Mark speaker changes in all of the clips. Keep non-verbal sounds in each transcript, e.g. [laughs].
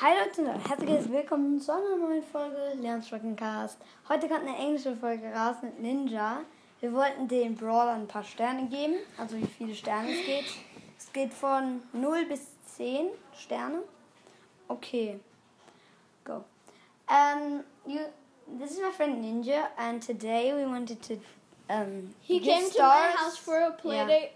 Speaker 1: Hi Leute und ein herzliches Willkommen zu einer neuen Folge Lernstreckencast. Heute kommt eine englische Folge raus mit Ninja. Wir wollten den Brawler ein paar Sterne geben, also wie viele Sterne es geht. Es geht von 0 bis 10 Sterne. Okay, go. Um, you, this is my friend Ninja and today we wanted to um,
Speaker 2: He
Speaker 1: give
Speaker 2: came to my
Speaker 1: stars-
Speaker 2: house for a play
Speaker 1: Yeah.
Speaker 2: date.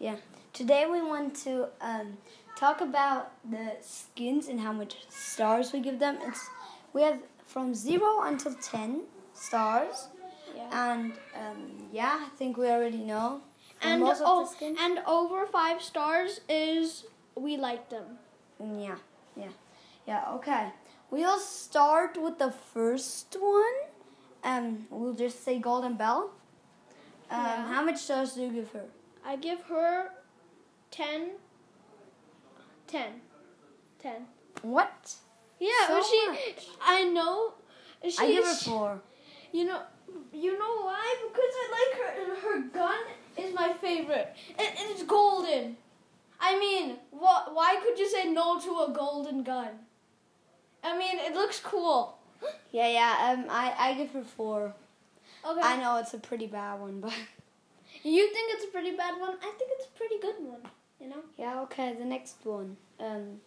Speaker 1: Yeah. Today we want to um, talk about the skins and how much stars we give them. It's we have from zero until ten stars,
Speaker 2: Yeah.
Speaker 1: and um, yeah, I think we already know. for
Speaker 2: And
Speaker 1: most of
Speaker 2: oh,
Speaker 1: the skins.
Speaker 2: and over five stars is we like them.
Speaker 1: Mm, yeah, yeah, yeah. Okay, we'll start with the first one. Um, we'll just say Golden Bell. Um,
Speaker 2: Yeah.
Speaker 1: how much stars do you give her?
Speaker 2: I give her 10, 10, 10.
Speaker 1: What?
Speaker 2: Yeah,
Speaker 1: So
Speaker 2: but she.
Speaker 1: much.
Speaker 2: I know. She,
Speaker 1: I give her four.
Speaker 2: You know, you know why? Because I like her. and Her gun is my favorite. It, it's golden. I mean, wh- Why could you say no to a golden gun? I mean, it looks cool.
Speaker 1: Yeah, yeah. Um, I I give her four.
Speaker 2: Okay.
Speaker 1: I know it's a pretty bad one, but [laughs]
Speaker 2: You think it's a pretty bad one? I think it's a pretty good one. You know.
Speaker 1: yeah, okay, the next one. Um,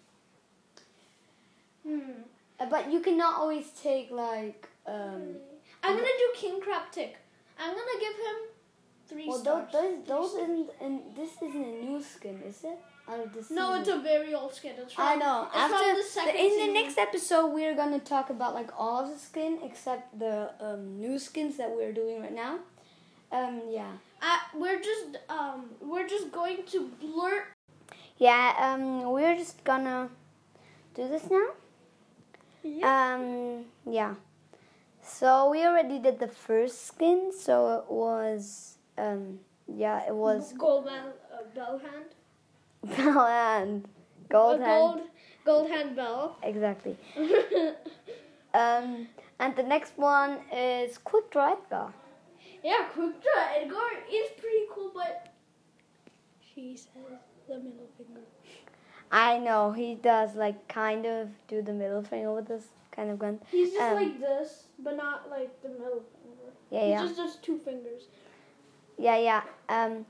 Speaker 2: Hmm.
Speaker 1: uh, but you cannot always take like um.
Speaker 2: I'm gonna do King Crab Tick. I'm gonna give him three
Speaker 1: Well, those
Speaker 2: stars.
Speaker 1: those, those isn't and this isn't a new skin, is it? Out of this.
Speaker 2: no,
Speaker 1: season.
Speaker 2: it's a very old skin. It's from,
Speaker 1: I know.
Speaker 2: It's
Speaker 1: After
Speaker 2: from the second
Speaker 1: in
Speaker 2: season.
Speaker 1: the next episode, we're gonna talk about like all of the skin except the um, new skins that we're doing right now. Um, yeah.
Speaker 2: I, we're just um we're just going to blurt
Speaker 1: Yeah. Um, we're just gonna do this now. Um, yeah. So we already did the first skin, so it was, um, yeah, it was
Speaker 2: gold bell, uh, bell hand.
Speaker 1: [laughs] bell and
Speaker 2: Mm-hmm. A
Speaker 1: gold hand.
Speaker 2: gold gold hand bell. [laughs]
Speaker 1: Exactly. Um, and the next one is quick dry Edgar.
Speaker 2: yeah, Kukra Edgar is pretty cool, but she says the middle finger.
Speaker 1: I know he does like kind of do the middle finger with this kind of gun.
Speaker 2: He's just
Speaker 1: Um,
Speaker 2: like this, but not like the middle finger.
Speaker 1: Yeah,
Speaker 2: he
Speaker 1: yeah,
Speaker 2: just does two fingers.
Speaker 1: yeah, yeah. Um,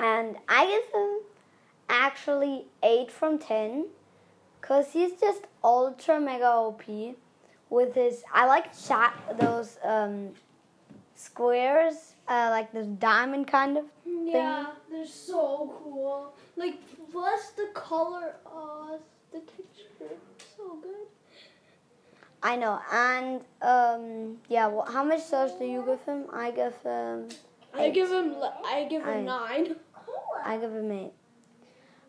Speaker 1: and I give him actually eight from ten. Cause he's just ultra mega OP with his. I like chat those um squares, uh, like the diamond kind of.
Speaker 2: Yeah, they're so cool. Like plus the color, uh, the texture, so good.
Speaker 1: I know. And um, yeah. Well, how much stars do you give him? I give him.
Speaker 2: I give him, li- I give him nine.
Speaker 1: I give him eight.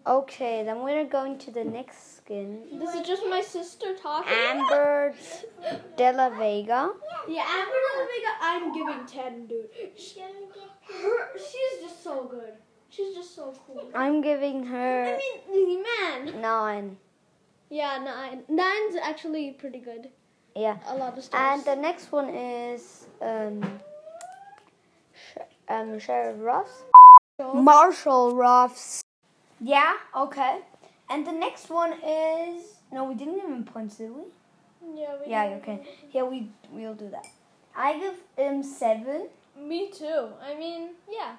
Speaker 1: Okay, then we're going to the next skin.
Speaker 2: This is just my sister talking.
Speaker 1: Amber De La Vega.
Speaker 2: Yeah, Amber Della Vega, I'm giving ten, dude. She, her, she's just so good. She's just so cool.
Speaker 1: I'm giving
Speaker 2: I
Speaker 1: her
Speaker 2: mean, man.
Speaker 1: nine.
Speaker 2: Yeah, nine. Nine's actually pretty good.
Speaker 1: Yeah.
Speaker 2: A lot of stars.
Speaker 1: And the next one is um, Sh- um Sheriff Ruffs. Marshall Ruffs. Yeah. Okay. And the next one is no, we didn't even punch, did we?
Speaker 2: yeah, we
Speaker 1: Yeah. Okay. Yeah, we we'll do that. I give him seven.
Speaker 2: Me too. I mean, yeah.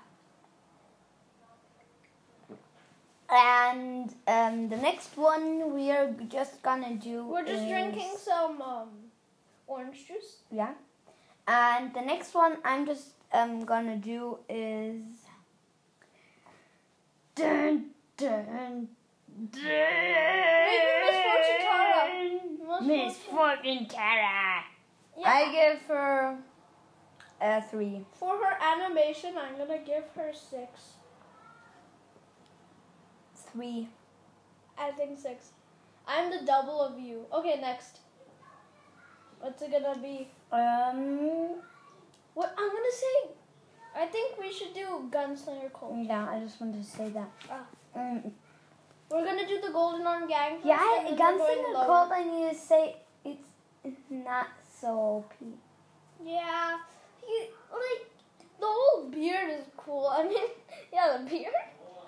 Speaker 1: And um, the next one we are just gonna do.
Speaker 2: We're just
Speaker 1: is-
Speaker 2: drinking some um, orange juice.
Speaker 1: Yeah. And the next one I'm just um gonna do is. Dun, dun, dun.
Speaker 2: Maybe
Speaker 1: Miss Fortune Tara.
Speaker 2: Yeah.
Speaker 1: I give her a three.
Speaker 2: For her animation, I'm gonna give her six.
Speaker 1: Three.
Speaker 2: I think six. I'm the double of you. Okay, next. What's it gonna be?
Speaker 1: Um.
Speaker 2: What I'm gonna say? I think we should do Gunslinger Colt.
Speaker 1: Yeah, I just wanted to say that.
Speaker 2: Ah.
Speaker 1: Mm.
Speaker 2: We're gonna do the Golden Arm Gang. first,
Speaker 1: Yeah,
Speaker 2: and then
Speaker 1: guns
Speaker 2: we're
Speaker 1: in
Speaker 2: going
Speaker 1: the
Speaker 2: lower.
Speaker 1: cold. I need to say it's not so OP.
Speaker 2: Yeah, he like the whole beard is [laughs] cool. I mean, yeah, the beard.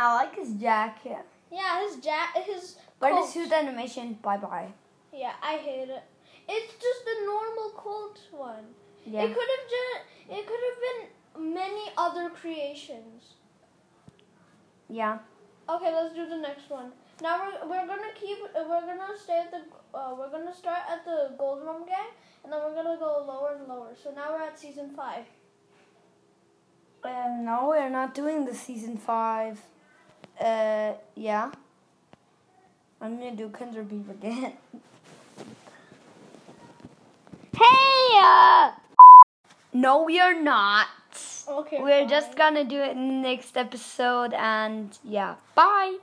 Speaker 1: I like his jacket.
Speaker 2: Yeah, his ja- his
Speaker 1: Weil
Speaker 2: Colt.
Speaker 1: das Suit Animation, bye bye.
Speaker 2: Yeah, I hate it. It's just a normal Colt one.
Speaker 1: Yeah.
Speaker 2: It could have just. It could have been many other creations.
Speaker 1: Ja.
Speaker 2: Okay, let's do the next one. Now we're, we're gonna keep uh, we're gonna stay at the uh, we're gonna start at the Gold Rum Gang and then we're gonna go lower and lower. So now we're at season five.
Speaker 1: Um, no, we're not doing the season 5. Uh, yeah. I'm gonna do Kinder Beef again. [laughs] Hey! Uh! No, we are not.
Speaker 2: Okay.
Speaker 1: We're
Speaker 2: fine.
Speaker 1: just gonna do it in the next episode and yeah. Bye!